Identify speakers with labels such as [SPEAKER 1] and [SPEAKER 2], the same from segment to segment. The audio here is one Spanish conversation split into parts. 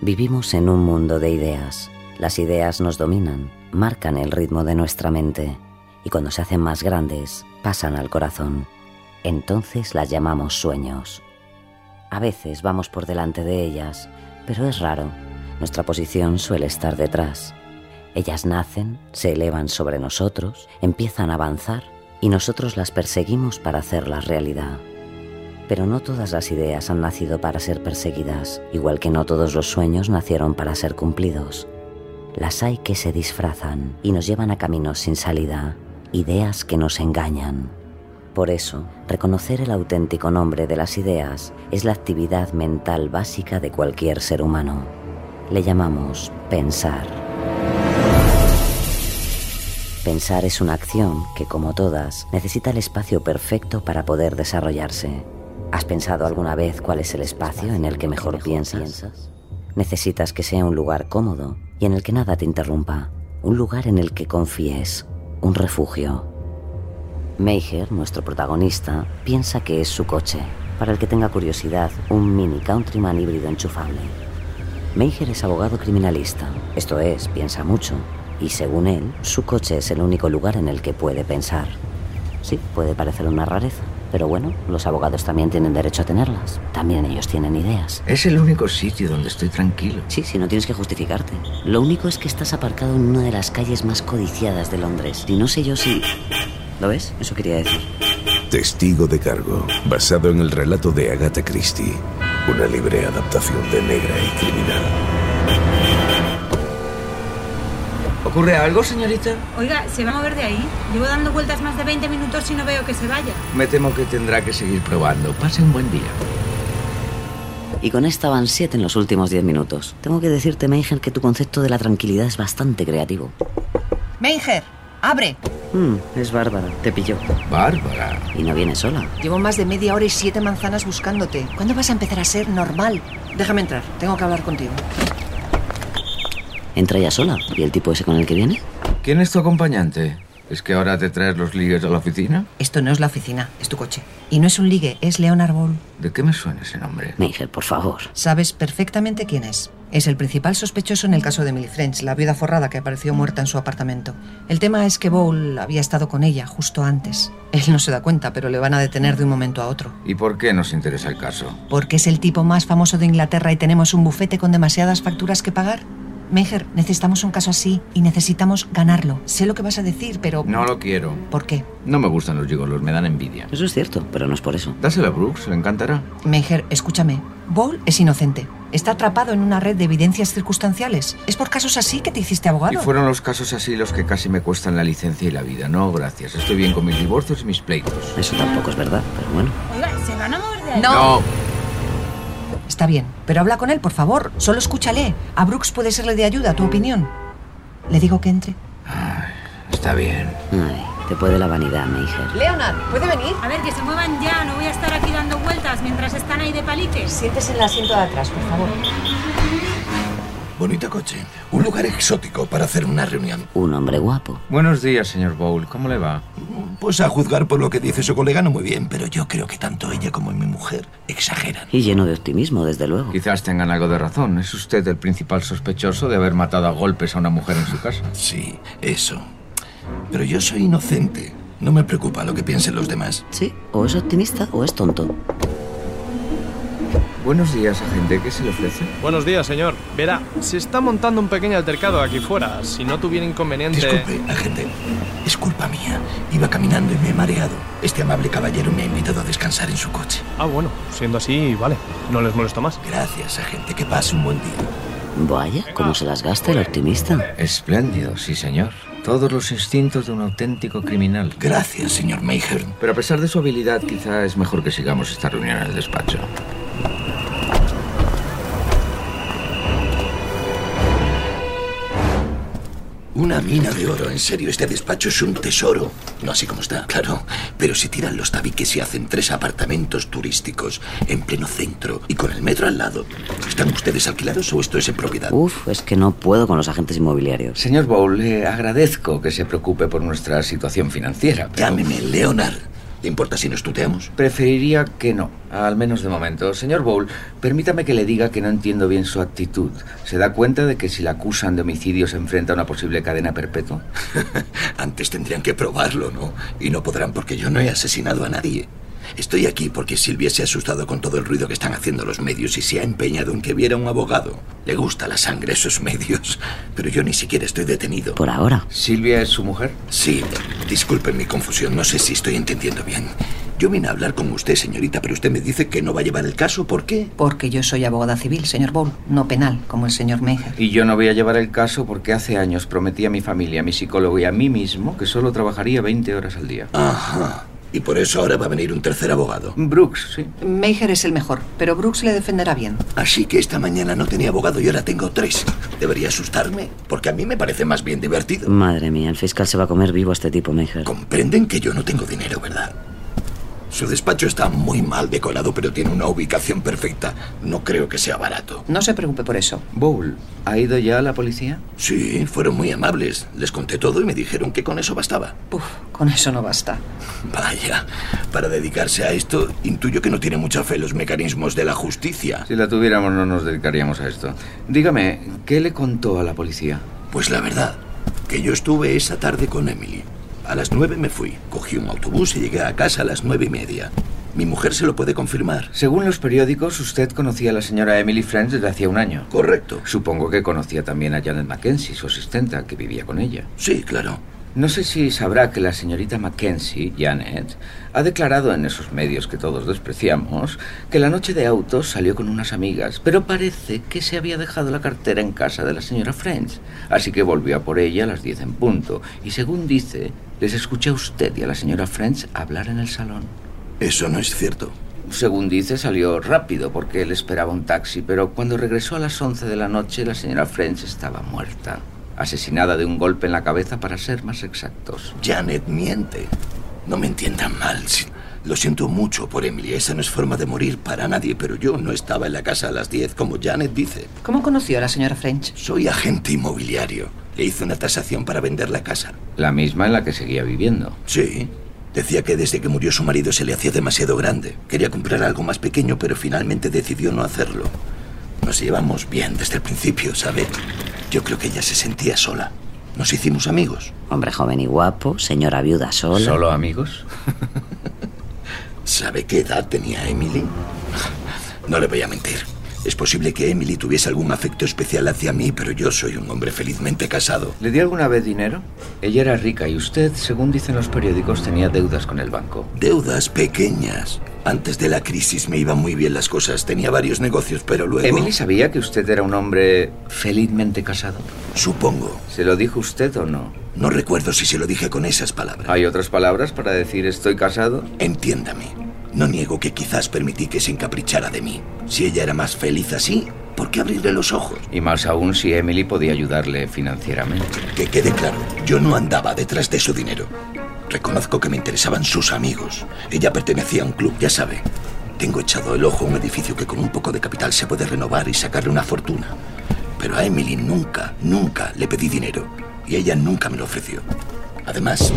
[SPEAKER 1] Vivimos en un mundo de ideas. Las ideas nos dominan, marcan el ritmo de nuestra mente y cuando se hacen más grandes pasan al corazón. Entonces las llamamos sueños. A veces vamos por delante de ellas, pero es raro. Nuestra posición suele estar detrás. Ellas nacen, se elevan sobre nosotros, empiezan a avanzar y nosotros las perseguimos para hacerlas realidad. Pero no todas las ideas han nacido para ser perseguidas, igual que no todos los sueños nacieron para ser cumplidos. Las hay que se disfrazan y nos llevan a caminos sin salida, ideas que nos engañan. Por eso, reconocer el auténtico nombre de las ideas es la actividad mental básica de cualquier ser humano. Le llamamos pensar. Pensar es una acción que, como todas, necesita el espacio perfecto para poder desarrollarse. ¿Has pensado alguna vez cuál es el espacio en el que mejor piensas? Necesitas que sea un lugar cómodo y en el que nada te interrumpa, un lugar en el que confíes, un refugio. Meijer, nuestro protagonista, piensa que es su coche, para el que tenga curiosidad, un mini countryman híbrido enchufable. Meijer es abogado criminalista, esto es, piensa mucho, y según él, su coche es el único lugar en el que puede pensar. Sí, puede parecer una rareza, pero bueno, los abogados también tienen derecho a tenerlas. También ellos tienen ideas.
[SPEAKER 2] Es el único sitio donde estoy tranquilo.
[SPEAKER 1] Sí, si no tienes que justificarte. Lo único es que estás aparcado en una de las calles más codiciadas de Londres. Y no sé yo si... ¿Lo ves? Eso quería decir.
[SPEAKER 2] Testigo de cargo, basado en el relato de Agatha Christie. Una libre adaptación de Negra y Criminal.
[SPEAKER 3] ¿Ocurre algo, señorita?
[SPEAKER 4] Oiga, ¿se va a mover de ahí? Llevo dando vueltas más de 20 minutos y no veo que se vaya.
[SPEAKER 3] Me temo que tendrá que seguir probando. Pase un buen día.
[SPEAKER 1] Y con esta van siete en los últimos diez minutos. Tengo que decirte, Meijer, que tu concepto de la tranquilidad es bastante creativo.
[SPEAKER 5] Meijer, abre.
[SPEAKER 1] Mm, es Bárbara, te pilló.
[SPEAKER 3] Bárbara.
[SPEAKER 1] Y no viene sola.
[SPEAKER 5] Llevo más de media hora y siete manzanas buscándote. ¿Cuándo vas a empezar a ser normal? Déjame entrar, tengo que hablar contigo.
[SPEAKER 1] Entra ella sola. ¿Y el tipo ese con el que viene?
[SPEAKER 3] ¿Quién es tu acompañante? ¿Es que ahora te traes los ligues a la oficina?
[SPEAKER 5] Esto no es la oficina, es tu coche. Y no es un ligue, es Leonard Ball.
[SPEAKER 3] ¿De qué me suena ese nombre?
[SPEAKER 1] Meijer, por favor.
[SPEAKER 5] Sabes perfectamente quién es. Es el principal sospechoso en el caso de Millie French, la viuda forrada que apareció muerta en su apartamento. El tema es que Bowl había estado con ella justo antes. Él no se da cuenta, pero le van a detener de un momento a otro.
[SPEAKER 3] ¿Y por qué nos interesa el caso?
[SPEAKER 5] Porque es el tipo más famoso de Inglaterra y tenemos un bufete con demasiadas facturas que pagar. Meijer, necesitamos un caso así y necesitamos ganarlo. Sé lo que vas a decir, pero...
[SPEAKER 3] No lo quiero.
[SPEAKER 5] ¿Por qué?
[SPEAKER 3] No me gustan los gigolos, me dan envidia.
[SPEAKER 1] Eso es cierto, pero no es por eso.
[SPEAKER 3] Dásela a Brooks, le encantará.
[SPEAKER 5] Meijer, escúchame. Ball es inocente. Está atrapado en una red de evidencias circunstanciales. Es por casos así que te hiciste abogado.
[SPEAKER 3] Y fueron los casos así los que casi me cuestan la licencia y la vida. No, gracias. Estoy bien con mis divorcios y mis pleitos.
[SPEAKER 1] Eso tampoco es verdad, pero bueno.
[SPEAKER 4] Oiga, ¿se van a mover de ahí?
[SPEAKER 3] No.
[SPEAKER 5] Está bien, pero habla con él, por favor. Solo escúchale. A Brooks puede serle de ayuda, tu opinión. Le digo que entre.
[SPEAKER 3] Ay, está bien.
[SPEAKER 1] Ay, te puede la vanidad, Meijer.
[SPEAKER 5] Leonard, ¿puede venir?
[SPEAKER 4] A ver, que se muevan ya. No voy a estar aquí dando vueltas mientras están ahí de paliques.
[SPEAKER 5] Siéntese en el asiento de atrás, por favor.
[SPEAKER 6] Bonito coche. Un lugar exótico para hacer una reunión.
[SPEAKER 1] Un hombre guapo.
[SPEAKER 3] Buenos días, señor Bowl. ¿Cómo le va?
[SPEAKER 6] Pues a juzgar por lo que dice su colega no muy bien, pero yo creo que tanto ella como mi mujer exageran.
[SPEAKER 1] Y lleno de optimismo, desde luego.
[SPEAKER 3] Quizás tengan algo de razón. Es usted el principal sospechoso de haber matado a golpes a una mujer en su casa.
[SPEAKER 6] Sí, eso. Pero yo soy inocente. No me preocupa lo que piensen los demás.
[SPEAKER 1] Sí, o es optimista o es tonto.
[SPEAKER 3] Buenos días, agente. ¿Qué se le ofrece?
[SPEAKER 7] Buenos días, señor. Verá, se está montando un pequeño altercado aquí fuera. Si no tuviera inconveniente...
[SPEAKER 6] Disculpe, agente. Es culpa mía. Iba caminando y me he mareado. Este amable caballero me ha invitado a descansar en su coche.
[SPEAKER 7] Ah, bueno, siendo así, vale. No les molesto más.
[SPEAKER 6] Gracias, agente. Que pase un buen día.
[SPEAKER 1] Vaya, cómo se las gasta el optimista.
[SPEAKER 3] Espléndido, sí, señor. Todos los instintos de un auténtico criminal.
[SPEAKER 6] Gracias, señor Mayhern.
[SPEAKER 3] Pero a pesar de su habilidad, quizá es mejor que sigamos esta reunión en el despacho.
[SPEAKER 6] Una mina de oro, en serio, este despacho es un tesoro. No así como está, claro. Pero se tiran los tabiques y hacen tres apartamentos turísticos en pleno centro y con el metro al lado. ¿Están ustedes alquilados o esto es en propiedad?
[SPEAKER 1] Uf, es que no puedo con los agentes inmobiliarios.
[SPEAKER 3] Señor Bowl, le agradezco que se preocupe por nuestra situación financiera. pero
[SPEAKER 6] Llámeme Leonard. ¿Le importa si nos tuteamos?
[SPEAKER 3] Preferiría que no, al menos de momento. Señor Bowl, permítame que le diga que no entiendo bien su actitud. ¿Se da cuenta de que si la acusan de homicidio se enfrenta a una posible cadena perpetua?
[SPEAKER 6] Antes tendrían que probarlo, ¿no? Y no podrán porque yo no he asesinado a nadie. Estoy aquí porque Silvia se ha asustado con todo el ruido que están haciendo los medios y se ha empeñado en que viera un abogado. Le gusta la sangre a esos medios, pero yo ni siquiera estoy detenido.
[SPEAKER 1] Por ahora.
[SPEAKER 3] ¿Silvia es su mujer?
[SPEAKER 6] Sí, disculpen mi confusión, no sé si estoy entendiendo bien. Yo vine a hablar con usted, señorita, pero usted me dice que no va a llevar el caso. ¿Por qué?
[SPEAKER 5] Porque yo soy abogada civil, señor Ball, no penal, como el señor Mayhern.
[SPEAKER 3] Y yo no voy a llevar el caso porque hace años prometí a mi familia, a mi psicólogo y a mí mismo que solo trabajaría 20 horas al día.
[SPEAKER 6] Ajá. Y por eso ahora va a venir un tercer abogado.
[SPEAKER 3] Brooks, sí.
[SPEAKER 5] Mayhern es el mejor, pero Brooks le defenderá bien.
[SPEAKER 6] Así que esta mañana no tenía abogado y ahora tengo tres. Debería asustarme, porque a mí me parece más bien divertido.
[SPEAKER 1] Madre mía, el fiscal se va a comer vivo a este tipo, Mejer.
[SPEAKER 6] Comprenden que yo no tengo dinero, ¿verdad? Su despacho está muy mal decorado, pero tiene una ubicación perfecta. No creo que sea barato.
[SPEAKER 5] No se preocupe por eso.
[SPEAKER 3] Bowl, ¿ha ido ya la policía?
[SPEAKER 6] Sí, fueron muy amables. Les conté todo y me dijeron que con eso bastaba.
[SPEAKER 5] Puf, con eso no basta.
[SPEAKER 6] Vaya, para dedicarse a esto, intuyo que no tiene mucha fe en los mecanismos de la justicia.
[SPEAKER 3] Si la tuviéramos no nos dedicaríamos a esto. Dígame, ¿qué le contó a la policía?
[SPEAKER 6] Pues la verdad, que yo estuve esa tarde con Emily. A las nueve me fui, cogí un autobús y llegué a casa a las nueve y media. Mi mujer se lo puede confirmar.
[SPEAKER 3] Según los periódicos, usted conocía a la señora Emily French desde hacía un año.
[SPEAKER 6] Correcto.
[SPEAKER 3] Supongo que conocía también a Janet Mackenzie, su asistenta, que vivía con ella.
[SPEAKER 6] Sí, claro.
[SPEAKER 3] No sé si sabrá que la señorita Mackenzie, Janet, ha declarado en esos medios que todos despreciamos que la noche de autos salió con unas amigas, pero parece que se había dejado la cartera en casa de la señora French, así que volvió a por ella a las 10 en punto, y según dice, les escuché a usted y a la señora French hablar en el salón.
[SPEAKER 6] Eso no es cierto.
[SPEAKER 3] Según dice, salió rápido porque él esperaba un taxi, pero cuando regresó a las 11 de la noche, la señora French estaba muerta. Asesinada de un golpe en la cabeza, para ser más exactos.
[SPEAKER 6] Janet miente. No me entiendan mal. si- Lo siento mucho por Emily. Esa no es forma de morir para nadie, pero yo no estaba en la casa a las 10 como Janet dice.
[SPEAKER 5] ¿Cómo conoció a la señora French?
[SPEAKER 6] Soy agente inmobiliario. Le hice una tasación para vender la casa.
[SPEAKER 3] La misma en la que seguía viviendo.
[SPEAKER 6] Sí. Decía que desde que murió su marido se le hacía demasiado grande. Quería comprar algo más pequeño, pero finalmente decidió no hacerlo. Nos llevamos bien desde el principio, ¿sabe? Yo creo que ella se sentía sola. Nos hicimos amigos.
[SPEAKER 1] Hombre joven y guapo, señora viuda sola.
[SPEAKER 3] ¿Solo amigos?
[SPEAKER 6] ¿Sabe qué edad tenía Emily? No le voy a mentir. Es posible que Emily tuviese algún afecto especial hacia mí, pero yo soy un hombre felizmente casado.
[SPEAKER 3] ¿Le dio alguna vez dinero? Ella era rica y usted, según dicen los periódicos, tenía deudas con el banco.
[SPEAKER 6] Deudas pequeñas. Antes de la crisis me iban muy bien las cosas. Tenía varios negocios, pero luego...
[SPEAKER 3] ¿Emily sabía que usted era un hombre felizmente casado?
[SPEAKER 6] Supongo.
[SPEAKER 3] ¿Se lo dijo usted o no?
[SPEAKER 6] No recuerdo si se lo dije con esas palabras.
[SPEAKER 3] ¿Hay otras palabras para decir estoy casado?
[SPEAKER 6] Entiéndame. No niego que quizás permití que se encaprichara de mí. Si ella era más feliz así, ¿por qué abrirle los ojos?
[SPEAKER 3] Y más aún si Emily podía ayudarle financieramente.
[SPEAKER 6] Que quede claro, yo no andaba detrás de su dinero. Reconozco que me interesaban sus amigos. Ella pertenecía a un club, ya sabe. Tengo echado el ojo a un edificio que con un poco de capital se puede renovar y sacarle una fortuna. Pero a Emily nunca, nunca le pedí dinero. Y ella nunca me lo ofreció. Además,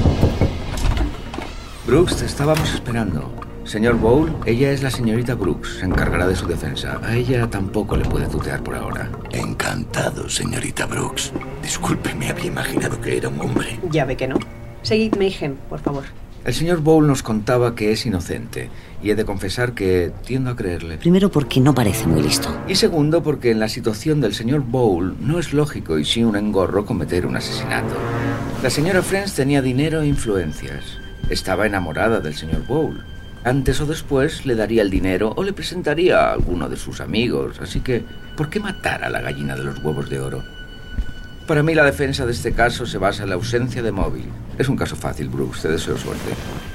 [SPEAKER 3] Brooks, te estábamos esperando. Señor Bowl, ella es la señorita Brooks. Se encargará de su defensa. A ella tampoco le puede tutear por ahora.
[SPEAKER 6] encantado, señorita Brooks. Disculpe, me había imaginado que era un hombre.
[SPEAKER 8] Ya ve que no. Seguid Mayhem, por favor.
[SPEAKER 3] El señor Bowl nos contaba que es inocente. Y he de confesar que tiendo a creerle.
[SPEAKER 1] Primero porque no parece muy listo.
[SPEAKER 3] Y segundo, porque en la situación del señor Bowl no es lógico y sí un engorro cometer un asesinato. La señora French tenía dinero e influencias. Estaba enamorada del señor Bowl. Antes o después le daría el dinero o le presentaría a alguno de sus amigos, así que ¿por qué matar a la gallina de los huevos de oro? Para mí la defensa de este caso se basa en la ausencia de móvil. Es un caso fácil, Brooks, te deseo suerte.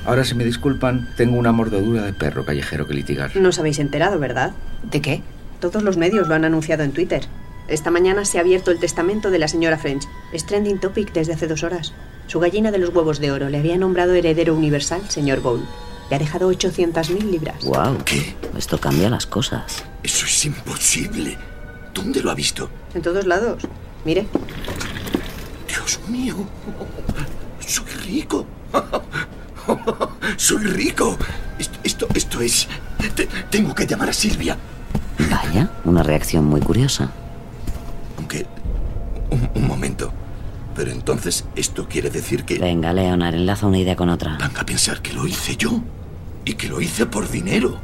[SPEAKER 3] Ahora, si me disculpan, tengo una mordedura de perro callejero que litigar.
[SPEAKER 8] No os habéis enterado, ¿verdad?
[SPEAKER 5] ¿De qué?
[SPEAKER 8] Todos los medios lo han anunciado en Twitter. Esta mañana se ha abierto el testamento de la señora French. Es trending topic desde hace dos horas. Su gallina de los huevos de oro le había nombrado heredero universal, señor Bowl. Le ha dejado 800.000 libras.
[SPEAKER 1] ¡Wow!
[SPEAKER 6] ¿Qué?
[SPEAKER 1] Esto cambia las cosas.
[SPEAKER 6] Eso es imposible. ¿Dónde lo ha visto?
[SPEAKER 8] En todos lados. Mire,
[SPEAKER 6] Dios mío. Soy rico. Soy rico. Esto, esto, esto es... te- tengo que llamar a Silvia.
[SPEAKER 1] Vaya, una reacción muy curiosa.
[SPEAKER 6] Aunque... Un, un momento. Pero entonces esto quiere decir que...
[SPEAKER 1] Venga, Leonard, enlaza una idea con otra.
[SPEAKER 6] Van a pensar que lo hice yo y que lo hice por dinero.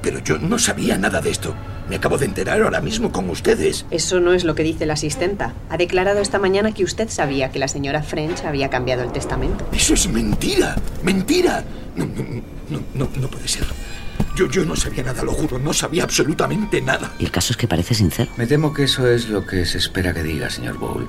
[SPEAKER 6] Pero yo no sabía nada de esto. Me acabo de enterar ahora mismo con ustedes.
[SPEAKER 8] eso no es lo que dice la asistenta. Ha declarado esta mañana que usted sabía que la señora French había cambiado el testamento.
[SPEAKER 6] Eso es mentira. Mentira. No, no, no, no, no puede ser. Yo, yo no sabía nada, lo juro. No sabía absolutamente nada.
[SPEAKER 1] Y el caso es que parece sincero.
[SPEAKER 3] Me temo que eso es lo que se espera que diga, señor Bowl.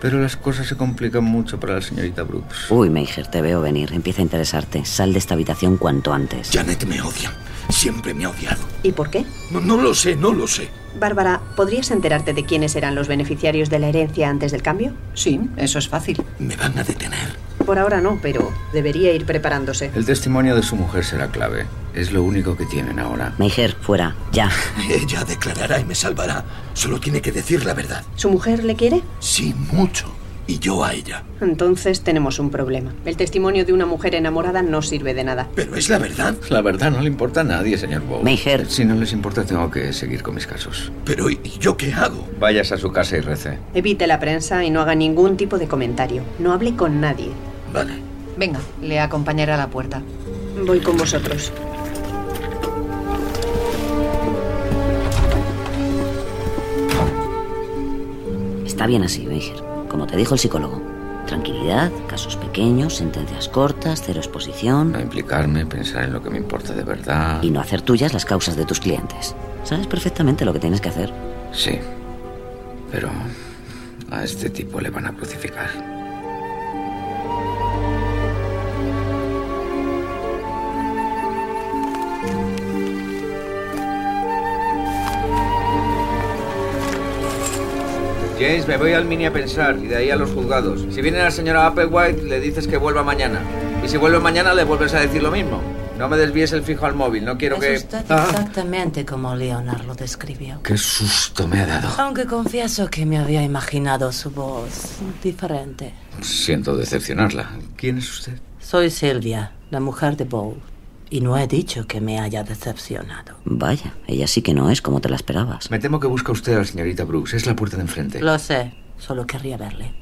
[SPEAKER 3] Pero las cosas se complican mucho para la señorita Brooks.
[SPEAKER 1] Uy, Meijer, te veo venir. Empieza a interesarte. Sal de esta habitación cuanto antes.
[SPEAKER 6] Janet me odia. Siempre me ha odiado.
[SPEAKER 8] ¿Y por qué?
[SPEAKER 6] No, no lo sé, no lo sé.
[SPEAKER 8] Bárbara, ¿podrías enterarte de quiénes eran los beneficiarios de la herencia antes del cambio?
[SPEAKER 5] Sí, eso es fácil.
[SPEAKER 6] Me van a detener.
[SPEAKER 8] Por ahora no, pero debería ir preparándose.
[SPEAKER 3] El testimonio de su mujer será clave. Es lo único que tienen ahora.
[SPEAKER 1] Meijer, fuera. Ya.
[SPEAKER 6] Ella declarará y me salvará. Solo tiene que decir la verdad.
[SPEAKER 8] ¿Su mujer le quiere?
[SPEAKER 6] Sí, mucho. Y yo a ella.
[SPEAKER 8] Entonces tenemos un problema. El testimonio de una mujer enamorada no sirve de nada.
[SPEAKER 6] Pero es la verdad.
[SPEAKER 3] La verdad no le importa a nadie, señor Bowl.
[SPEAKER 1] Meijer.
[SPEAKER 3] Si no les importa, tengo que seguir con mis casos.
[SPEAKER 6] Pero ¿y y yo qué hago?
[SPEAKER 3] Vayas a su casa y rece.
[SPEAKER 8] Evite la prensa y no haga ningún tipo de comentario. No hable con nadie.
[SPEAKER 6] Vale.
[SPEAKER 5] Venga, le acompañaré a la puerta.
[SPEAKER 8] Voy con vosotros.
[SPEAKER 1] Está bien así, Meijer. Como te dijo el psicólogo. Tranquilidad, casos pequeños, sentencias cortas, cero
[SPEAKER 3] No
[SPEAKER 1] exposición.
[SPEAKER 3] implicarme, pensar en lo que me importa de verdad.
[SPEAKER 1] Y no hacer tuyas las causas de tus clientes. Sabes perfectamente lo que tienes que hacer.
[SPEAKER 3] Sí. Pero a este tipo le van a crucificar. James, me voy al mini a pensar y de ahí a los juzgados. Si viene la señora Applewhite, le dices que vuelva mañana. Y si vuelve mañana, le vuelves a decir lo mismo. No me desvíes el fijo al móvil, no quiero que... Ah.
[SPEAKER 9] exactamente como Leonard lo describió.
[SPEAKER 3] ¡Qué susto me ha dado!
[SPEAKER 9] Aunque confieso que me había imaginado su voz diferente.
[SPEAKER 3] Siento decepcionarla. ¿Quién es usted?
[SPEAKER 9] Soy Silvia, la mujer de Bow, y no he dicho que me haya decepcionado.
[SPEAKER 1] Vaya, ella sí que no es como te la esperabas.
[SPEAKER 3] Me temo que busca usted a la señorita Brooks. Es la puerta de enfrente.
[SPEAKER 9] Lo sé, solo querría verle.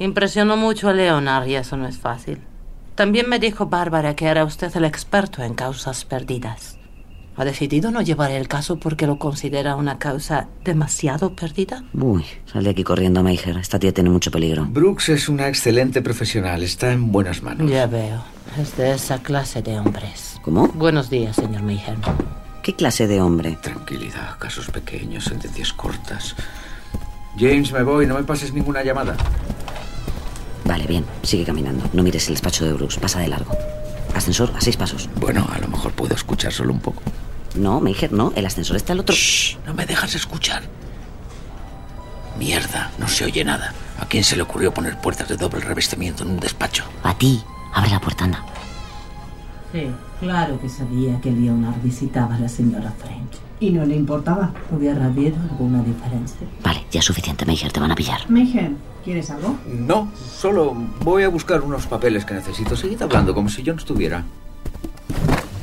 [SPEAKER 9] Impresionó mucho a Leonard y eso no es fácil. También me dijo Bárbara que era usted el experto en causas perdidas. Ha decidido no llevar el caso porque lo considera una causa demasiado perdida.
[SPEAKER 1] Uy, sal de aquí corriendo, Meijer. Esta tía tiene mucho peligro.
[SPEAKER 3] Brooks es una excelente profesional. Está en buenas manos.
[SPEAKER 9] Ya veo, es de esa clase de hombres.
[SPEAKER 1] ¿Cómo?
[SPEAKER 9] Buenos días, señor Meijer.
[SPEAKER 1] ¿Qué clase de hombre?
[SPEAKER 3] Tranquilidad, casos pequeños, sentencias cortas. James, me voy. No me pases ninguna llamada.
[SPEAKER 1] Vale, bien, sigue caminando. No mires el despacho de Brooks, pasa de largo. Ascensor a seis pasos.
[SPEAKER 3] Bueno, a lo mejor puedo escuchar solo un poco.
[SPEAKER 1] No, Meijer, no, el ascensor está al otro.
[SPEAKER 3] Shh, no me dejas escuchar. Mierda, no se oye nada. ¿A quién se le ocurrió poner puertas de doble revestimiento en un despacho?
[SPEAKER 1] A ti, abre la puerta, anda.
[SPEAKER 9] Sí, claro que sabía que Leonard visitaba a la señora French.
[SPEAKER 8] ¿Y no le importaba?
[SPEAKER 9] ¿Hubiera habido alguna diferencia?
[SPEAKER 1] Vale, ya es suficiente, Meijer, te van a pillar.
[SPEAKER 8] Mayhem, ¿quieres algo?
[SPEAKER 3] No, solo voy a buscar unos papeles que necesito. Seguid hablando como si yo no estuviera.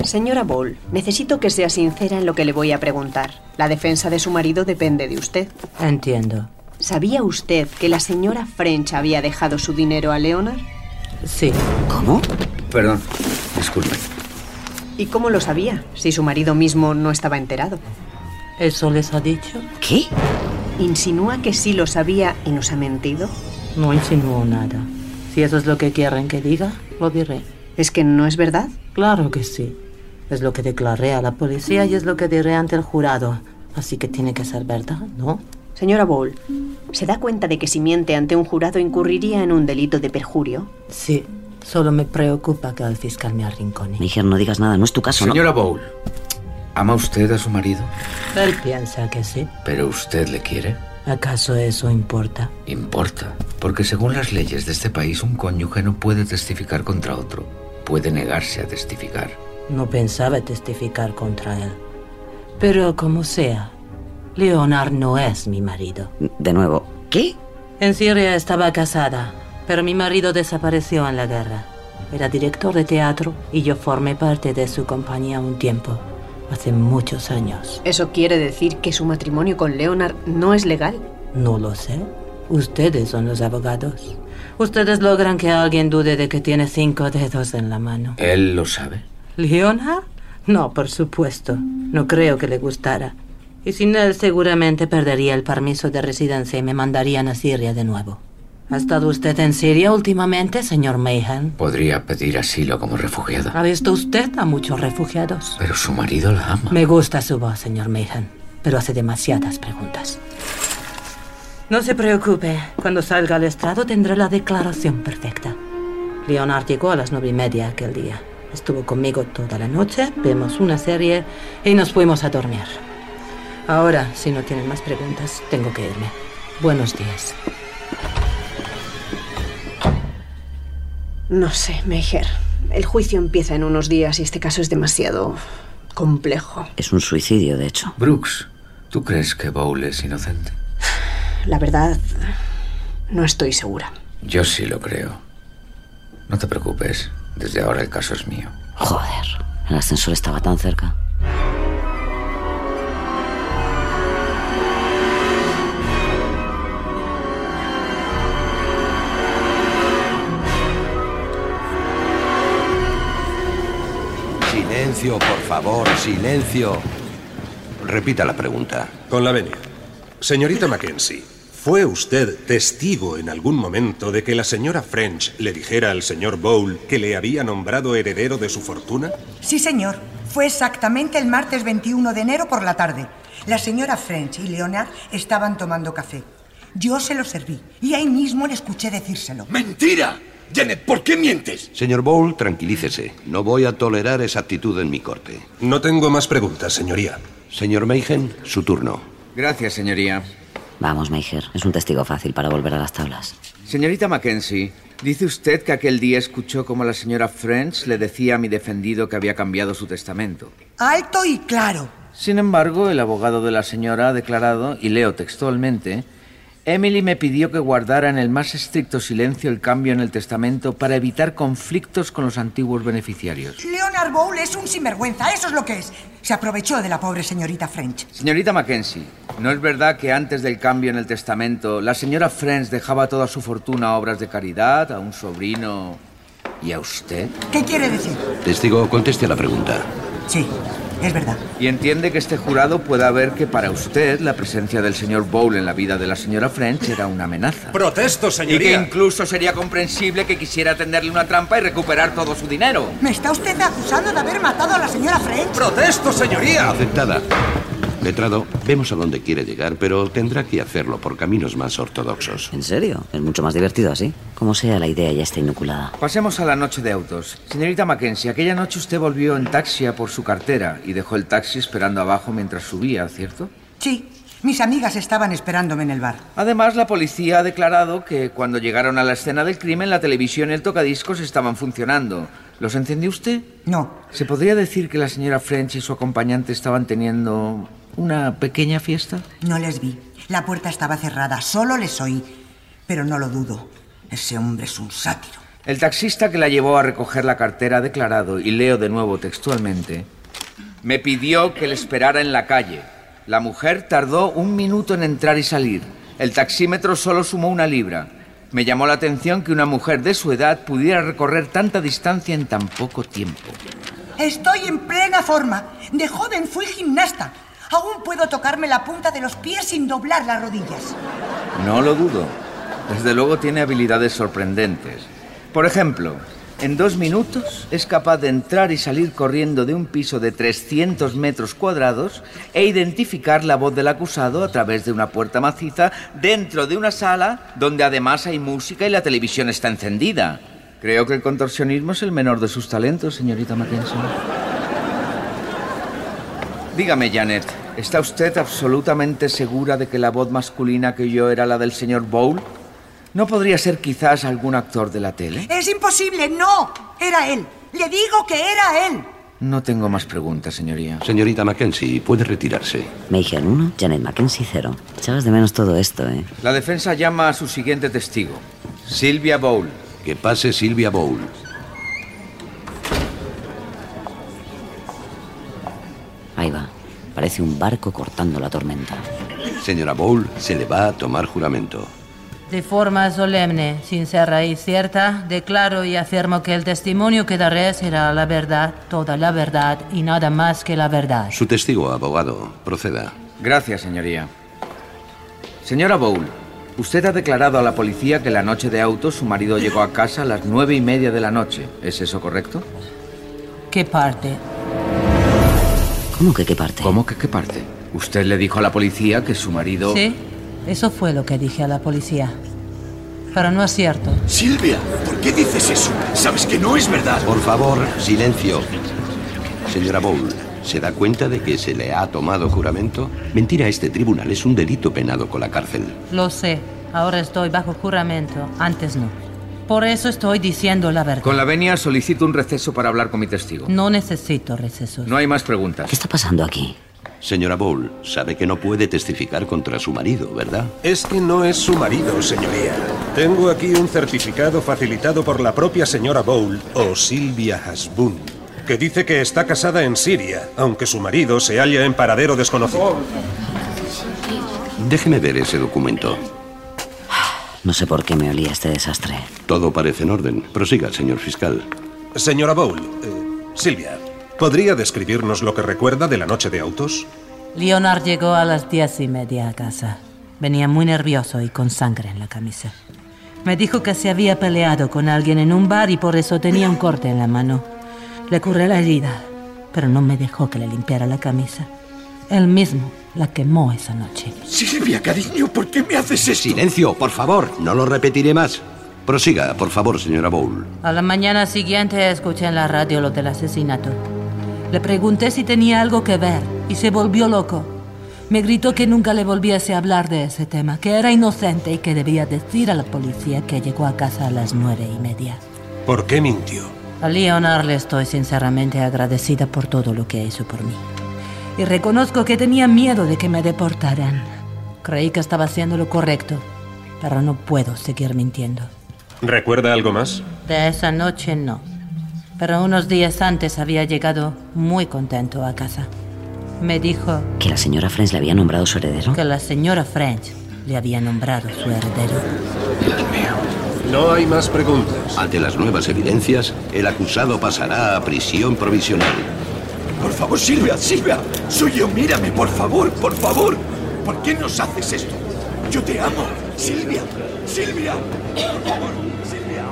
[SPEAKER 8] Señora Ball, necesito que sea sincera en lo que le voy a preguntar. La defensa de su marido depende de usted.
[SPEAKER 9] Entiendo.
[SPEAKER 8] ¿Sabía usted que la señora French había dejado su dinero a Leonard?
[SPEAKER 9] Sí,
[SPEAKER 1] ¿Cómo?
[SPEAKER 3] Perdón, disculpen.
[SPEAKER 8] ¿Y cómo lo sabía si su marido mismo no estaba enterado?
[SPEAKER 9] ¿eso les ha dicho?
[SPEAKER 1] ¿Qué?
[SPEAKER 8] ¿Insinúa que sí lo sabía y nos ha mentido?
[SPEAKER 9] No insinuó nada. Si eso es lo que quieren que diga, lo diré.
[SPEAKER 8] ¿Es que no es verdad?
[SPEAKER 9] Claro que sí. Es lo que declaré a la policía y es lo que diré ante el jurado. Así que tiene que ser verdad, ¿no?
[SPEAKER 8] Señora Bowl, ¿se da cuenta de que si miente ante un jurado incurriría en un delito de perjurio?
[SPEAKER 9] Sí, solo me preocupa que el fiscal me arrincone.
[SPEAKER 1] Níger, no digas nada, no es tu caso, ¿no?
[SPEAKER 3] Señora Bowl, ¿ama usted a su marido?
[SPEAKER 9] Él piensa que sí.
[SPEAKER 3] ¿Pero usted le quiere?
[SPEAKER 9] ¿Acaso eso importa?
[SPEAKER 3] Importa, porque según las leyes de este país un cónyuge no puede testificar contra otro, puede negarse a testificar.
[SPEAKER 9] No pensaba testificar contra él. Pero como sea, Leonard no es mi marido.
[SPEAKER 1] De nuevo, ¿qué?
[SPEAKER 9] En Siria estaba casada, pero mi marido desapareció en la guerra. Era director de teatro y yo formé parte de su compañía un tiempo, hace muchos años.
[SPEAKER 8] Eso quiere decir que su matrimonio con Leonard no es legal.
[SPEAKER 9] No lo sé. Ustedes son los abogados. Ustedes logran que alguien dude de que tiene cinco dedos en la mano.
[SPEAKER 3] ¿Él lo sabe?
[SPEAKER 9] ¿Leonard? No, por supuesto. No creo que le gustara. Y sin él seguramente perdería el permiso de residencia y me mandarían a Siria de nuevo. ¿Ha estado usted en Siria últimamente, señor Mayhan?
[SPEAKER 3] Podría pedir asilo como refugiada.
[SPEAKER 9] ¿Ha visto usted a muchos refugiados?
[SPEAKER 3] Pero su marido la ama.
[SPEAKER 9] Me gusta su voz, señor Mayhan, pero hace demasiadas preguntas. No se preocupe, cuando salga al estrado tendré la declaración perfecta. Leonard llegó a las nueve y media aquel día. Estuvo conmigo toda la noche, vimos una serie y nos fuimos a dormir. Ahora, si no tienen más preguntas, tengo que irme. Buenos días.
[SPEAKER 8] No sé, Meijer. El juicio empieza en unos días y este caso es demasiado complejo.
[SPEAKER 1] Es un suicidio, de hecho.
[SPEAKER 3] Brooks, ¿tú crees que Bowl es inocente?
[SPEAKER 8] La verdad, no estoy segura.
[SPEAKER 3] Yo sí lo creo. No te preocupes, desde ahora el caso es mío.
[SPEAKER 1] Joder, el ascensor estaba tan cerca.
[SPEAKER 10] Silencio, por favor, silencio. Repita la pregunta.
[SPEAKER 11] Con la venia. Señorita Mackenzie, ¿fue usted testigo en algún momento de que la señora French le dijera al señor Bowl que le había nombrado heredero de su fortuna?
[SPEAKER 12] Sí, señor. Fue exactamente el martes 21 de enero por la tarde. La señora French y Leonard estaban tomando café. Yo se lo serví y ahí mismo le escuché decírselo.
[SPEAKER 6] ¡Mentira! Janet, ¿por qué mientes?
[SPEAKER 10] Señor Bowl, tranquilícese. No voy a tolerar esa actitud en mi corte.
[SPEAKER 11] No tengo más preguntas, señoría.
[SPEAKER 10] Señor Meigen, su turno.
[SPEAKER 3] Gracias, señoría.
[SPEAKER 1] Vamos, Meijer, es un testigo fácil para volver a las tablas.
[SPEAKER 3] Señorita Mackenzie, dice usted que aquel día escuchó como la señora French le decía a mi defendido que había cambiado su testamento.
[SPEAKER 12] Alto y claro.
[SPEAKER 3] Sin embargo, el abogado de la señora ha declarado, y leo textualmente, Emily me pidió que guardara en el más estricto silencio el cambio en el testamento para evitar conflictos con los antiguos beneficiarios.
[SPEAKER 12] Leonard Bowl es un sinvergüenza, eso es lo que es. Se aprovechó de la pobre señorita French.
[SPEAKER 3] Señorita Mackenzie, ¿no es verdad que antes del cambio en el testamento la señora French dejaba toda su fortuna a obras de caridad, a un sobrino y a usted?
[SPEAKER 12] ¿Qué quiere decir?
[SPEAKER 10] Testigo, conteste a la pregunta.
[SPEAKER 12] Sí, es verdad.
[SPEAKER 3] Y entiende que este jurado pueda ver que para usted la presencia del señor Bowl en la vida de la señora French era una amenaza.
[SPEAKER 11] Protesto, señoría.
[SPEAKER 3] Y que incluso sería comprensible que quisiera tenderle una trampa y recuperar todo su dinero.
[SPEAKER 12] ¿Me está usted acusando de haber matado a la señora French?
[SPEAKER 11] Protesto, señoría.
[SPEAKER 10] Aceptada. Letrado, vemos a dónde quiere llegar, pero tendrá que hacerlo por caminos más ortodoxos.
[SPEAKER 1] ¿En serio? Es mucho más divertido así. Como sea, la idea ya está inoculada.
[SPEAKER 3] Pasemos a la noche de autos. Señorita Mackenzie, aquella noche usted volvió en taxi a por su cartera y dejó el taxi esperando abajo mientras subía, ¿cierto?
[SPEAKER 12] Sí. Mis amigas estaban esperándome en el bar.
[SPEAKER 3] Además, la policía ha declarado que cuando llegaron a la escena del crimen, la televisión y el tocadiscos estaban funcionando. ¿Los encendió usted?
[SPEAKER 12] No.
[SPEAKER 3] ¿Se podría decir que la señora French y su acompañante estaban teniendo una pequeña fiesta?
[SPEAKER 12] No les vi. La puerta estaba cerrada. Solo les oí. Pero no lo dudo. Ese hombre es un sátiro.
[SPEAKER 3] El taxista que la llevó a recoger la cartera ha declarado, y leo de nuevo textualmente, me pidió que le esperara en la calle. La mujer tardó un minuto en entrar y salir. El taxímetro solo sumó una libra. Me llamó la atención que una mujer de su edad pudiera recorrer tanta distancia en tan poco tiempo.
[SPEAKER 12] Estoy en plena forma. De joven fui gimnasta. Aún puedo tocarme la punta de los pies sin doblar las rodillas.
[SPEAKER 3] No lo dudo. Desde luego tiene habilidades sorprendentes. Por ejemplo, En dos minutos es capaz de entrar y salir corriendo de un piso de 300 metros cuadrados e identificar la voz del acusado a través de una puerta maciza dentro de una sala donde además hay música y la televisión está encendida. Creo que el contorsionismo es el menor de sus talentos, señorita Mackenzie. Dígame, Janet, ¿está usted absolutamente segura de que la voz masculina que oyó era la del señor Bowl? ¿No podría ser quizás algún actor de la tele?
[SPEAKER 12] Es imposible, no. Era él. Le digo que era él.
[SPEAKER 3] No tengo más preguntas, señoría.
[SPEAKER 10] Señorita Mackenzie, puede retirarse.
[SPEAKER 1] Meijer 1, Janet Mackenzie 0. Echabas de menos todo esto, ¿eh?
[SPEAKER 3] La defensa llama a su siguiente testigo, Silvia Bowl.
[SPEAKER 10] Que pase Silvia Bowl.
[SPEAKER 1] Ahí va. Parece un barco cortando la tormenta.
[SPEAKER 10] Señora Bowl, se le va a tomar juramento.
[SPEAKER 9] De forma solemne, sincera y cierta, declaro y afirmo que el testimonio que daré será la verdad, toda la verdad y nada más que la verdad.
[SPEAKER 10] Su testigo, abogado, proceda.
[SPEAKER 3] Gracias, señoría. Señora Bowl, usted ha declarado a la policía que la noche de auto su marido llegó a casa a las nueve y media de la noche. ¿Es eso correcto?
[SPEAKER 9] ¿Qué parte?
[SPEAKER 1] ¿Cómo que qué parte?
[SPEAKER 3] ¿Cómo que qué parte? Usted le dijo a la policía que su marido...
[SPEAKER 9] Sí, eso fue lo que dije a la policía. Pero no es cierto.
[SPEAKER 6] Silvia, ¿por qué dices eso? Sabes que no es verdad.
[SPEAKER 10] Por favor, silencio. Señora Bowl, ¿se da cuenta de que se le ha tomado juramento? Mentir a este tribunal es un delito penado con la cárcel.
[SPEAKER 9] Lo sé, ahora estoy bajo juramento, antes no. Por eso estoy diciendo la verdad.
[SPEAKER 3] Con la venia solicito un receso para hablar con mi testigo.
[SPEAKER 9] No necesito recesos.
[SPEAKER 3] No hay más preguntas.
[SPEAKER 1] ¿Qué está pasando aquí?
[SPEAKER 10] Señora Bowl, sabe que no puede testificar contra su marido, ¿verdad?
[SPEAKER 11] Es que no es su marido, señoría. Tengo aquí un certificado facilitado por la propia señora Bowl o Silvia Hasbun, que dice que está casada en Siria, aunque su marido se halla en paradero desconocido.
[SPEAKER 10] Déjeme ver ese documento.
[SPEAKER 1] No sé por qué me olía este desastre.
[SPEAKER 10] Todo parece en orden. Prosiga, señor fiscal.
[SPEAKER 11] Señora Bowl, eh, Silvia, ¿podría describirnos lo que recuerda de la noche de autos?
[SPEAKER 9] Leonard llegó a las diez y media a casa. Venía muy nervioso y con sangre en la camisa. Me dijo que se había peleado con alguien en un bar y por eso tenía un corte en la mano. Le curé la herida, pero no me dejó que le limpiara la camisa. Él mismo la quemó esa noche.
[SPEAKER 6] Silvia, cariño, ¿por qué me haces esto?
[SPEAKER 10] Silencio, por favor. No lo repetiré más. Prosiga, por favor, señora Bowl.
[SPEAKER 9] A la mañana siguiente escuché en la radio lo del asesinato. Le pregunté si tenía algo que ver y se volvió loco. Me gritó que nunca le volviese a hablar de ese tema, que era inocente y que debía decir a la policía que llegó a casa a las nueve y media.
[SPEAKER 11] ¿Por qué mintió?
[SPEAKER 9] A Leonard le estoy sinceramente agradecida por todo lo que hizo por mí. Y reconozco que tenía miedo de que me deportaran. Creí que estaba haciendo lo correcto, pero no puedo seguir mintiendo.
[SPEAKER 11] ¿Recuerda algo más?
[SPEAKER 9] De esa noche no. Pero unos días antes había llegado muy contento a casa. Me dijo
[SPEAKER 1] ¿Que la señora French le había nombrado su heredero?
[SPEAKER 9] que la señora French le había nombrado su heredero.
[SPEAKER 11] No hay más preguntas.
[SPEAKER 10] Ante las nuevas evidencias, el acusado pasará a prisión provisional.
[SPEAKER 6] Por favor, Silvia, Silvia, soy yo, mírame, por favor, por favor. ¿Por qué nos haces esto? Yo te amo, Silvia, Silvia, por favor, Silvia.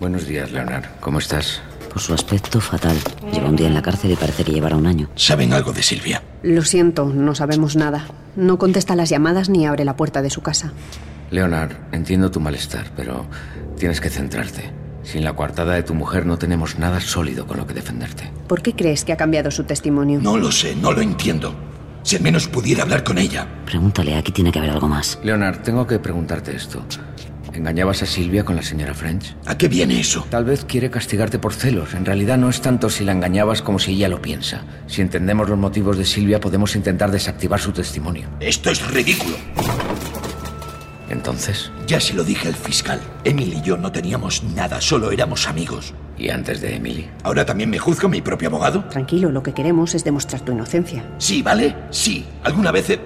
[SPEAKER 3] Buenos días, Leonard. ¿Cómo estás?
[SPEAKER 1] Por su aspecto fatal. Lleva un día en la cárcel y parece que llevará un año.
[SPEAKER 6] ¿Saben algo de Silvia?
[SPEAKER 8] Lo siento, no sabemos nada. No contesta las llamadas ni abre la puerta de su casa.
[SPEAKER 3] Leonard, entiendo tu malestar, pero tienes que centrarte. Sin la coartada de tu mujer no tenemos nada sólido con lo que defenderte.
[SPEAKER 8] ¿Por qué crees que ha cambiado su testimonio?
[SPEAKER 6] No lo sé, no lo entiendo. Si al menos pudiera hablar con ella.
[SPEAKER 1] Pregúntale, aquí tiene que haber algo más.
[SPEAKER 3] Leonard, tengo que preguntarte esto. ¿Engañabas a Silvia con la señora French?
[SPEAKER 6] ¿A qué viene eso?
[SPEAKER 3] Tal vez quiere castigarte por celos. En realidad no es tanto si la engañabas como si ella lo piensa. Si entendemos los motivos de Silvia podemos intentar desactivar su testimonio.
[SPEAKER 6] Esto es ridículo.
[SPEAKER 3] Entonces,
[SPEAKER 6] Ya se lo dije al fiscal. Emily y yo no teníamos nada, solo éramos amigos.
[SPEAKER 3] ¿y antes de Emily?
[SPEAKER 6] ¿Ahora también me juzga mi propio abogado?
[SPEAKER 8] Tranquilo, lo que queremos es demostrar tu inocencia.
[SPEAKER 6] Sí, ¿vale? Sí. Alguna vez... eh,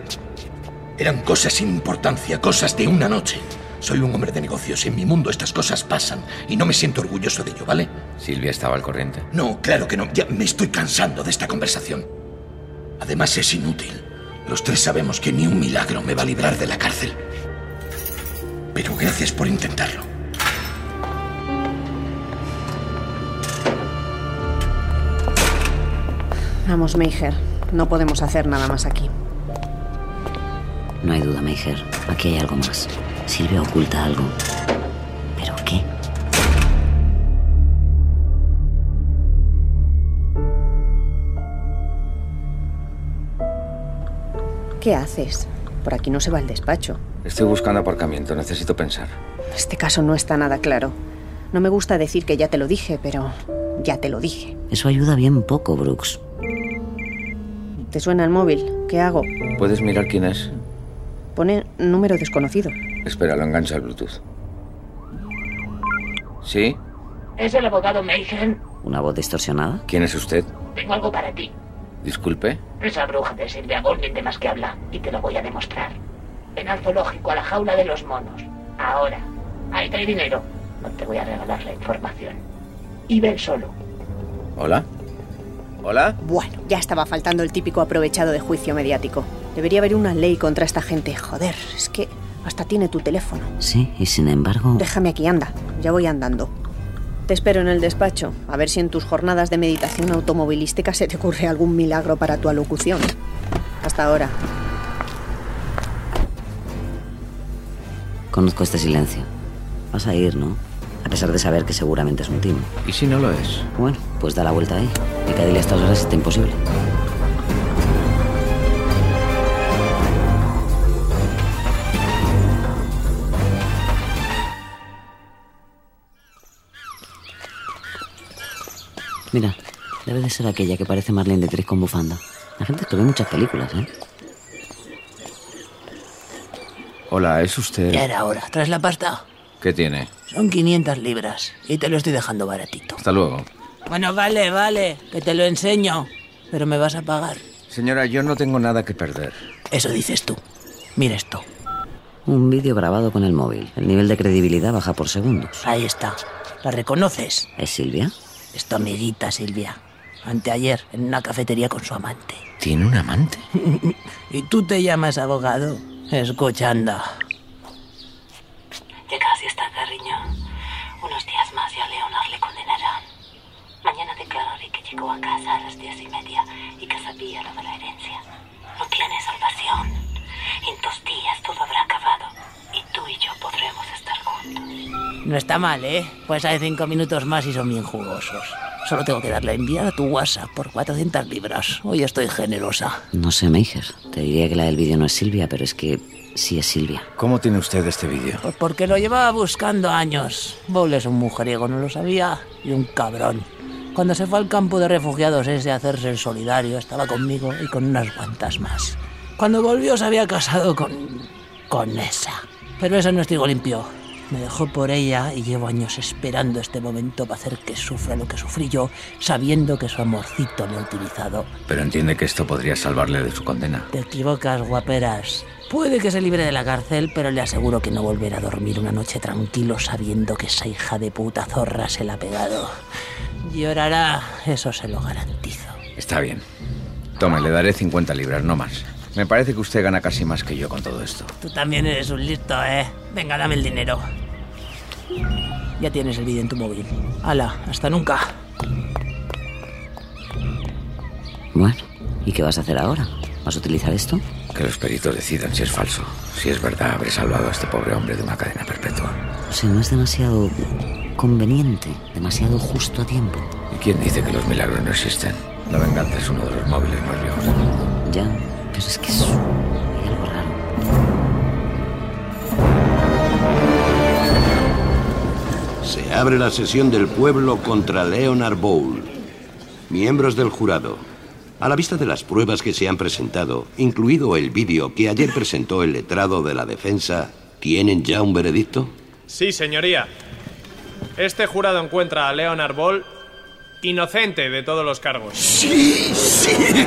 [SPEAKER 6] Eran cosas sin importancia, cosas de una noche. Soy un hombre de negocios y en mi mundo estas cosas pasan y no me siento orgulloso de ello, ¿vale?
[SPEAKER 13] Silvia estaba al corriente.
[SPEAKER 6] No, claro que no. Ya me estoy cansando de esta conversación. Además es inútil. Los tres sabemos que ni un milagro me va a librar de la cárcel. Pero gracias por intentarlo.
[SPEAKER 8] Vamos, Meijer. No podemos hacer nada más aquí.
[SPEAKER 1] No hay duda, Meijer. Aquí hay algo más. Silvia oculta algo. ¿Pero qué?
[SPEAKER 8] ¿Qué haces? Por aquí no se va al despacho.
[SPEAKER 13] Estoy buscando aparcamiento, necesito pensar.
[SPEAKER 8] Este caso no está nada claro. No me gusta decir que ya te lo dije, pero ya te lo dije.
[SPEAKER 1] Eso ayuda bien poco, Brooks.
[SPEAKER 8] ¿Te suena el móvil? ¿Qué hago?
[SPEAKER 13] ¿Puedes mirar quién es?
[SPEAKER 8] Pone número desconocido.
[SPEAKER 13] Espera, lo engancha al Bluetooth. ¿Sí?
[SPEAKER 14] ¿Es el abogado Mayhem?
[SPEAKER 1] ¿Una voz distorsionada?
[SPEAKER 13] ¿Quién es usted?
[SPEAKER 14] Tengo algo para ti.
[SPEAKER 13] Disculpe.
[SPEAKER 14] Esa bruja de Silvia Golding de más que habla y te lo voy a demostrar. Ven al zoológico, a la jaula de los monos. Ahora. Ahí trae dinero. No te voy a regalar la información. Y ven solo.
[SPEAKER 13] ¿Hola? ¿Hola?
[SPEAKER 8] Bueno, ya estaba faltando el típico aprovechado de juicio mediático. Debería haber una ley contra esta gente. Joder, es que hasta tiene tu teléfono.
[SPEAKER 1] Sí, y sin embargo...
[SPEAKER 8] Déjame aquí, anda. Ya voy andando. Mm. Te espero en el despacho, a ver si en tus jornadas de meditación automovilística se te ocurre algún milagro para tu alocución. Hasta ahora.
[SPEAKER 1] Conozco este silencio. Vas a ir, ¿no? A pesar de saber que seguramente es un timo.
[SPEAKER 13] ¿Y si no lo es?
[SPEAKER 1] Bueno, pues da la vuelta ahí. Picadilly a estas horas está imposible. Mira, debe de ser aquella que parece Marlene de Tres con bufanda. La gente es que ve muchas películas, ¿eh?
[SPEAKER 13] Hola, ¿es usted?
[SPEAKER 14] Ya era hora. ¿Traes la pasta?
[SPEAKER 13] ¿Qué tiene?
[SPEAKER 14] Son 500 libras y te lo estoy dejando baratito.
[SPEAKER 13] Hasta luego.
[SPEAKER 14] Bueno, vale, vale, que te lo enseño. Pero me vas a pagar.
[SPEAKER 13] Señora, yo no tengo nada que perder.
[SPEAKER 14] Eso dices tú. Mira esto.
[SPEAKER 1] Un vídeo grabado con el móvil. El nivel de credibilidad baja por segundos.
[SPEAKER 14] Ahí está. ¿La reconoces?
[SPEAKER 1] ¿Es Silvia?
[SPEAKER 14] Es tu amiguita, Silvia. Anteayer, en una cafetería con su amante.
[SPEAKER 13] ¿Tiene un amante?
[SPEAKER 14] ¿Y tú te llamas abogado? Escucha, anda.
[SPEAKER 15] Ya casi está, cariño. Unos días más y a Leonor le condenarán. Mañana declararé que llegó a casa a las diez y media y que sabía lo de la herencia. No tiene salvación. En dos días todo habrá acabado y tú y yo podremos estar juntos.
[SPEAKER 14] No está mal, ¿eh? Pues hay cinco minutos más y son bien jugosos. Solo tengo que darle a enviar a tu WhatsApp por 400 libras. Hoy estoy generosa.
[SPEAKER 1] No sé, Meijer. Te diría que la del vídeo no es Silvia, pero es que sí es Silvia.
[SPEAKER 13] ¿Cómo tiene usted este vídeo?
[SPEAKER 14] Pues porque lo llevaba buscando años. Bowl es un mujeriego, no lo sabía, y un cabrón. Cuando se fue al campo de refugiados ese a hacerse el solidario, estaba conmigo y con unas cuantas más. Cuando volvió se había casado con... con esa. Pero eso no es trigo limpio. Me dejó por ella y llevo años esperando este momento para hacer que sufra lo que sufrí yo, sabiendo que su amorcito me ha utilizado.
[SPEAKER 13] Pero entiende que esto podría salvarle de su condena.
[SPEAKER 14] Te equivocas, guaperas. Puede que se libre de la cárcel, pero le aseguro que no volverá a dormir una noche tranquilo sabiendo que esa hija de puta zorra se la ha pegado. Llorará, eso se lo garantizo.
[SPEAKER 13] Está bien. Tome, le daré 50 libras, no más. Me parece que usted gana casi más que yo con todo esto.
[SPEAKER 14] Tú también eres un listo, ¿eh? Venga, dame el dinero. Ya tienes el vídeo en tu móvil. Hala, hasta nunca.
[SPEAKER 1] Bueno, ¿y qué vas a hacer ahora? ¿Vas a utilizar esto?
[SPEAKER 13] Que los peritos decidan si es falso. Si es verdad, habré salvado a este pobre hombre de una cadena perpetua.
[SPEAKER 1] O sea, no es demasiado conveniente, demasiado justo a tiempo.
[SPEAKER 13] ¿Y quién dice que los milagros no existen? La venganza es uno de los móviles más viejos del mundo.
[SPEAKER 1] Ya, pero es que es Hay algo raro.
[SPEAKER 10] Se abre la sesión del pueblo contra Leonard Bowl. Miembros del jurado, a la vista de las pruebas que se han presentado, incluido el vídeo que ayer presentó el letrado de la defensa, ¿tienen ya un veredicto?
[SPEAKER 7] Sí, señoría. Este jurado encuentra a Leonard Ball inocente de todos los cargos.
[SPEAKER 6] ¡Sí! ¡Sí! sí.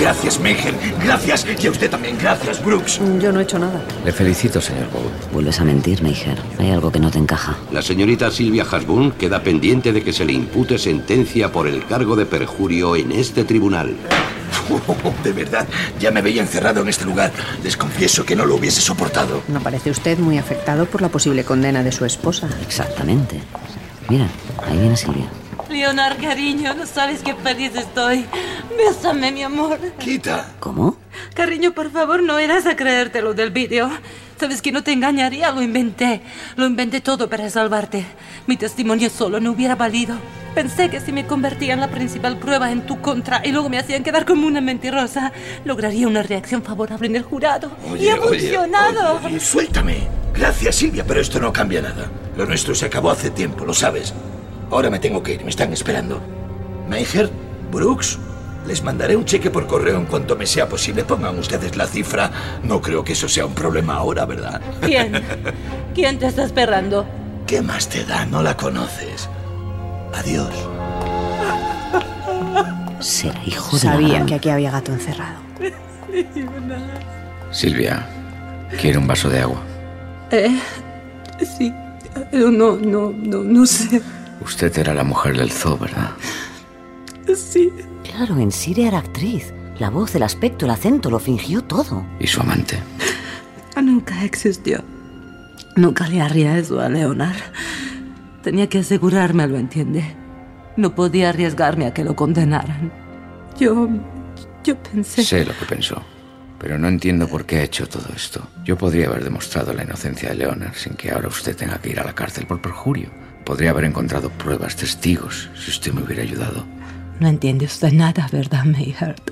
[SPEAKER 6] Gracias, Menger. Gracias. Y a usted también. Gracias, Brooks.
[SPEAKER 5] Yo no he hecho nada.
[SPEAKER 1] Le felicito, señor Bowl. Vuelves a mentir, Meijer. Hay algo que no te encaja.
[SPEAKER 10] La señorita Silvia Hasbun queda pendiente de que se le impute sentencia por el cargo de perjurio en este tribunal.
[SPEAKER 6] de verdad, ya me veía encerrado en este lugar. Les confieso que no lo hubiese soportado.
[SPEAKER 8] No parece usted muy afectado por la posible condena de su esposa.
[SPEAKER 1] Exactamente. Mira, ahí viene Silvia.
[SPEAKER 9] Leonard, cariño, no sabes qué feliz estoy. Bésame, mi amor.
[SPEAKER 6] Quita.
[SPEAKER 1] ¿Cómo?
[SPEAKER 9] Cariño, por favor, no irás a creerte lo del vídeo. Sabes que no te engañaría, lo inventé. Lo inventé todo para salvarte. Mi testimonio solo no hubiera valido. Pensé que si me convertía en la principal prueba en tu contra y luego me hacían quedar como una mentirosa, lograría una reacción favorable en el jurado. y
[SPEAKER 6] Oye,
[SPEAKER 9] ha
[SPEAKER 6] oye,
[SPEAKER 9] funcionado.
[SPEAKER 6] oye, suéltame. Gracias, Silvia, pero esto no cambia nada. Lo nuestro se acabó hace tiempo, lo sabes. Ahora me tengo que ir, me están esperando. Meijer, Brooks, les mandaré un cheque por correo en cuanto me sea posible. Pongan ustedes la cifra. No creo que eso sea un problema ahora, ¿verdad?
[SPEAKER 9] ¿Quién? ¿Quién te está esperando?
[SPEAKER 6] ¿Qué más te da? No la conoces. Adiós.
[SPEAKER 1] Será hijo de la
[SPEAKER 8] Sabía
[SPEAKER 1] gran-
[SPEAKER 8] que aquí había gato encerrado.
[SPEAKER 13] Silvia, quiero un vaso de agua.
[SPEAKER 9] Eh, sí. Eh, No, no, no, no sé.
[SPEAKER 13] Usted era la mujer del zoo, ¿verdad?
[SPEAKER 9] Sí.
[SPEAKER 1] Claro, en Siria era actriz. La voz, el aspecto, el acento, lo fingió todo.
[SPEAKER 13] ¿Y su amante?
[SPEAKER 9] Ah, Nunca existió. Nunca le haría eso a Leonard. Tenía que asegurármelo, ¿entiende? No podía arriesgarme a que lo condenaran. Yo. Yo pensé.
[SPEAKER 13] Sé lo que pensó, pero no entiendo por qué ha hecho todo esto. Yo podría haber demostrado la inocencia de Leonard sin que ahora usted tenga que ir a la cárcel por perjurio. Podría haber encontrado pruebas, testigos, si usted me hubiera ayudado.
[SPEAKER 9] No entiende usted nada, ¿verdad, Mayhart?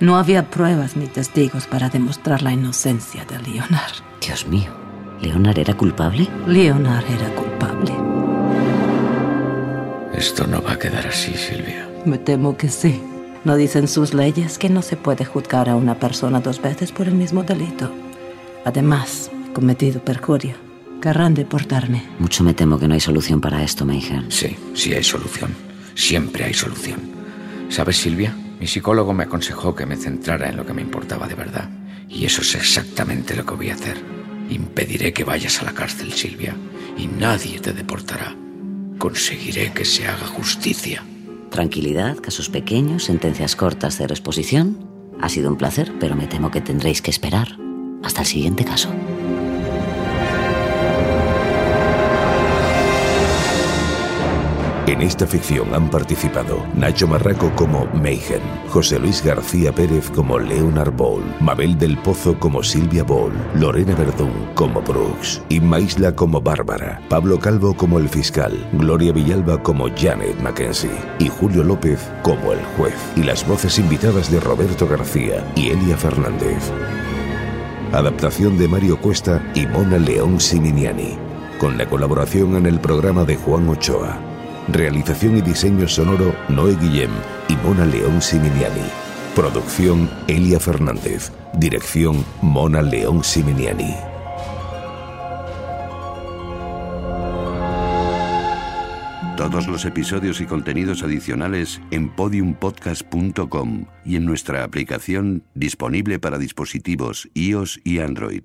[SPEAKER 9] No había pruebas ni testigos para demostrar la inocencia de Leonard.
[SPEAKER 1] Dios mío, ¿Leonard era culpable?
[SPEAKER 9] Leonard era culpable.
[SPEAKER 13] Esto no va a quedar así, Silvia.
[SPEAKER 9] Me temo que sí. No dicen sus leyes que no se puede juzgar a una persona dos veces por el mismo delito. Además, he cometido perjurio. Querrán deportarme.
[SPEAKER 1] Mucho me temo que no hay solución para esto, Meijer.
[SPEAKER 13] Sí, sí hay solución. Siempre hay solución. ¿Sabes, Silvia? Mi psicólogo me aconsejó que me centrara en lo que me importaba de verdad. Y eso es exactamente lo que voy a hacer. Impediré que vayas a la cárcel, Silvia, y nadie te deportará. Conseguiré que se haga justicia.
[SPEAKER 1] Tranquilidad, casos pequeños, sentencias cortas, cero exposición. Ha sido un placer, pero me temo que tendréis que esperar hasta el siguiente caso.
[SPEAKER 2] En esta ficción han participado Nacho Marraco como Mayhem, José Luis García Pérez como Leonard Ball, Mabel del Pozo como Silvia Ball, Lorena Verdún como Brooks, Inma Isla como Bárbara, Pablo Calvo como el fiscal, Gloria Villalba como Janet Mackenzie y Julio López como el juez, y las voces invitadas de Roberto García y Elia Fernández. Adaptación de Mario Cuesta y Mona León Siminiani, con la colaboración en el programa de Juan Ochoa. Realización y diseño sonoro Noé Guillem y Mona León Siminiani. Producción Elia Fernández. Dirección Mona León Siminiani.
[SPEAKER 10] Todos los episodios y contenidos adicionales en podiumpodcast.com y en nuestra aplicación disponible para dispositivos iOS y Android.